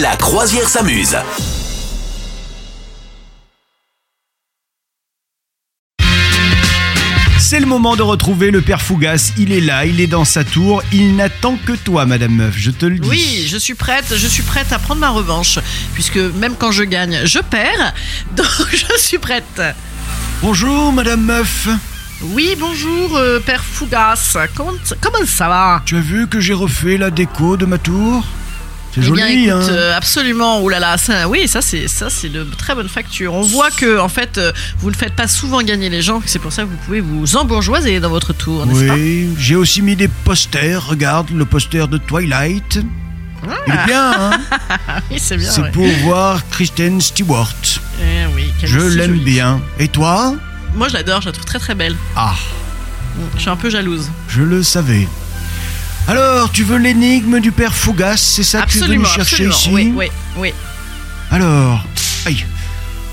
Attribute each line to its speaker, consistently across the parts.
Speaker 1: La croisière s'amuse.
Speaker 2: C'est le moment de retrouver le père Fougas. Il est là, il est dans sa tour. Il n'attend que toi, Madame Meuf, je te le dis.
Speaker 3: Oui, je suis prête, je suis prête à prendre ma revanche, puisque même quand je gagne, je perds, donc je suis prête.
Speaker 2: Bonjour, Madame Meuf.
Speaker 3: Oui, bonjour, euh, Père Fougas, comment, comment ça va
Speaker 2: Tu as vu que j'ai refait la déco de ma tour C'est
Speaker 3: Eh
Speaker 2: joli,
Speaker 3: bien, écoute,
Speaker 2: hein
Speaker 3: euh, absolument. Ouh là là, ça, oui, ça c'est ça c'est de très bonne facture. On voit que en fait, euh, vous ne faites pas souvent gagner les gens, c'est pour ça que vous pouvez vous embourgeoiser dans votre tour, n'est-ce pas
Speaker 2: Oui, j'ai aussi mis des posters. Regarde le poster de Twilight. Il est bien, hein
Speaker 3: Oui, c'est Ah. bien.
Speaker 2: C'est
Speaker 3: ouais.
Speaker 2: pour voir Kristen Stewart.
Speaker 3: Eh oui, quelle
Speaker 2: Je
Speaker 3: si
Speaker 2: l'aime
Speaker 3: jolie.
Speaker 2: bien. Et toi
Speaker 3: Moi, je l'adore, je la trouve très très belle.
Speaker 2: Ah,
Speaker 3: Je suis un peu jalouse.
Speaker 2: je le savais. Alors, tu veux l'énigme du père Fougas C'est ça
Speaker 3: absolument,
Speaker 2: que tu veux nous chercher
Speaker 3: absolument.
Speaker 2: ici
Speaker 3: Oui, oui, oui.
Speaker 2: Alors, aïe.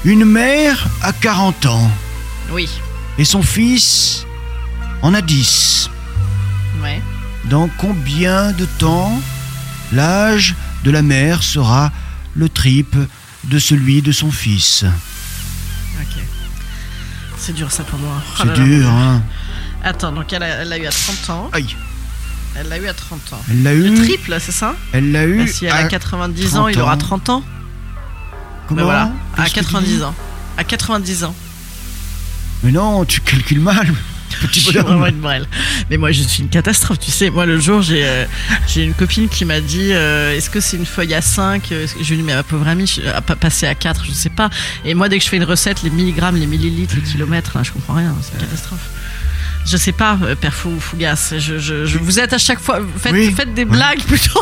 Speaker 2: Une mère a 40 ans
Speaker 3: Oui,
Speaker 2: et son fils en a 10.
Speaker 3: ouais.
Speaker 2: Dans combien de temps l'âge de la mère sera le triple de celui de son fils
Speaker 3: Oh Ok. C'est dur ça pour moi. Oh
Speaker 2: C'est
Speaker 3: là là.
Speaker 2: dur, hein
Speaker 3: Attends, donc elle a, elle l'a eu à 30 ans.
Speaker 2: Aïe,
Speaker 3: Elle l'a eu à 30 ans.
Speaker 2: elle l'a
Speaker 3: Le
Speaker 2: eu,
Speaker 3: triple, c'est ça
Speaker 2: elle l'a eu
Speaker 3: Bah, Si elle a
Speaker 2: Mm. à-
Speaker 3: 90 ans, il
Speaker 2: 30
Speaker 3: aura
Speaker 2: ans.
Speaker 3: 30 ans.
Speaker 2: comment
Speaker 3: Bah voilà, à
Speaker 2: Qu'est-ce que tu
Speaker 3: 90
Speaker 2: dis
Speaker 3: ans. À 90 ans.
Speaker 2: Mais non, tu calcules mal, petit
Speaker 3: Je suis vraiment
Speaker 2: bonhomme.
Speaker 3: une brêle. Mais moi, je suis une catastrophe. Tu sais, moi, le jour, j'ai euh, j'ai une copine qui m'a dit euh, Est-ce que c'est une feuille à 5 Euh, Je lui ai dit Mais ma pauvre amie, je- à pa- passer à 4, je sais pas. Et moi, dès que je fais une recette, les milligrammes, les millilitres, les kilomètres, là, je comprends rien. C'est une catastrophe. Je sais pas, euh, Père Fou- Fougas. Je, je- je vous êtes à chaque fois. Faites,
Speaker 2: Oui.
Speaker 3: faites des
Speaker 2: Ouais.
Speaker 3: blagues plutôt.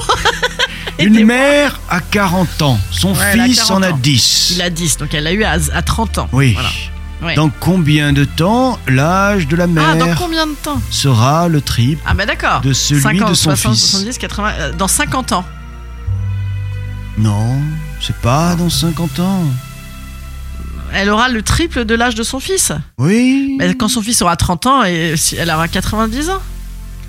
Speaker 2: Une mère a 40 ans, son
Speaker 3: Ouais, elle a
Speaker 2: fils en a
Speaker 3: 40 ans.
Speaker 2: 10.
Speaker 3: Il a 10, donc elle l'a eu à, à 30 ans.
Speaker 2: Oui.
Speaker 3: Voilà. Ouais.
Speaker 2: Dans combien de temps l'âge de la
Speaker 3: Ah, dans
Speaker 2: mère
Speaker 3: combien de temps
Speaker 2: sera le triple
Speaker 3: Ah, bah d'accord.
Speaker 2: de celui
Speaker 3: 50,
Speaker 2: de son
Speaker 3: 60,
Speaker 2: fils
Speaker 3: 70, 80. euh, dans 50 ans.
Speaker 2: Non, c'est
Speaker 3: Ah.
Speaker 2: pas dans 50 ans.
Speaker 3: Elle aura le triple de l'âge de son fils.
Speaker 2: Oui.
Speaker 3: Mais quand son fils aura 30 ans, et si- elle aura 90 ans.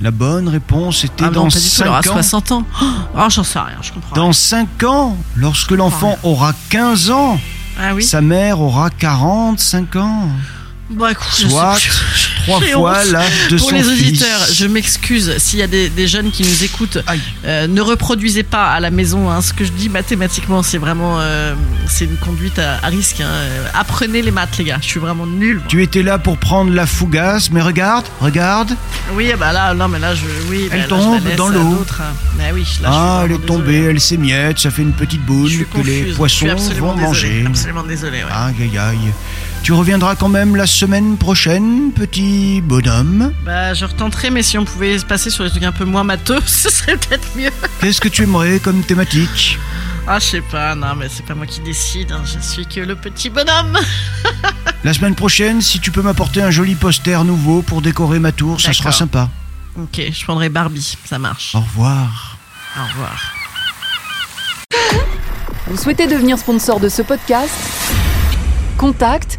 Speaker 2: La bonne réponse était
Speaker 3: Ah
Speaker 2: dans
Speaker 3: non, pas du tout, elle
Speaker 2: 5
Speaker 3: aura
Speaker 2: ans.
Speaker 3: 60 ans. Oh, oh, j'en sais rien, je comprends.
Speaker 2: Dans 5 ans, lorsque l'enfant aura 15 ans,
Speaker 3: ah oui
Speaker 2: sa mère aura 45 ans.
Speaker 3: Bon, écoute, je
Speaker 2: Soit
Speaker 3: sais plus.
Speaker 2: 3
Speaker 3: J'ai
Speaker 2: fois
Speaker 3: honte.
Speaker 2: l'âge de
Speaker 3: Pour
Speaker 2: son
Speaker 3: les
Speaker 2: fils.
Speaker 3: auditeurs, je m'excuse s'il y a des, des jeunes qui nous écoutent,
Speaker 2: Aïe.
Speaker 3: euh, ne reproduisez pas à la maison hein, ce que je dis mathématiquement, c'est vraiment euh, c'est une conduite à, à risque. hein. Euh, Apprenez les maths, les gars, je suis vraiment nulle. moi.
Speaker 2: Tu étais là pour prendre la fougasse, mais regarde, regarde.
Speaker 3: Oui, bah là, non, mais là, je, oui,
Speaker 2: Elle
Speaker 3: bah, là, je la
Speaker 2: tombe
Speaker 3: laisse
Speaker 2: dans
Speaker 3: à
Speaker 2: l'eau.
Speaker 3: d'autres, hein. Ah oui, là, je suis
Speaker 2: ah, elle
Speaker 3: vraiment
Speaker 2: est tombée,
Speaker 3: désolée. hein.
Speaker 2: elle s'émiette, ça fait une petite boule
Speaker 3: Je suis
Speaker 2: que
Speaker 3: confuse,
Speaker 2: les
Speaker 3: je suis
Speaker 2: poissons
Speaker 3: absolument
Speaker 2: vont
Speaker 3: désolée,
Speaker 2: manger.
Speaker 3: Absolument désolé. Ouais.
Speaker 2: Aïe, aïe, aïe. Tu reviendras quand même la semaine prochaine, petit bonhomme.
Speaker 3: Bah, je retenterai, mais si on pouvait se passer sur des trucs un peu moins matheux, ce serait peut-être mieux.
Speaker 2: Qu'est-ce que tu aimerais comme thématique
Speaker 3: Ah, je sais pas, non, mais c'est pas moi qui décide, hein, je suis que le petit bonhomme.
Speaker 2: La semaine prochaine, si tu peux m'apporter un joli poster nouveau pour décorer ma tour, ça sera
Speaker 3: D'accord.
Speaker 2: sympa.
Speaker 3: Ok, je prendrai Barbie, ça marche.
Speaker 2: Au revoir.
Speaker 3: Au revoir.
Speaker 4: Vous souhaitez devenir sponsor de ce podcast Contact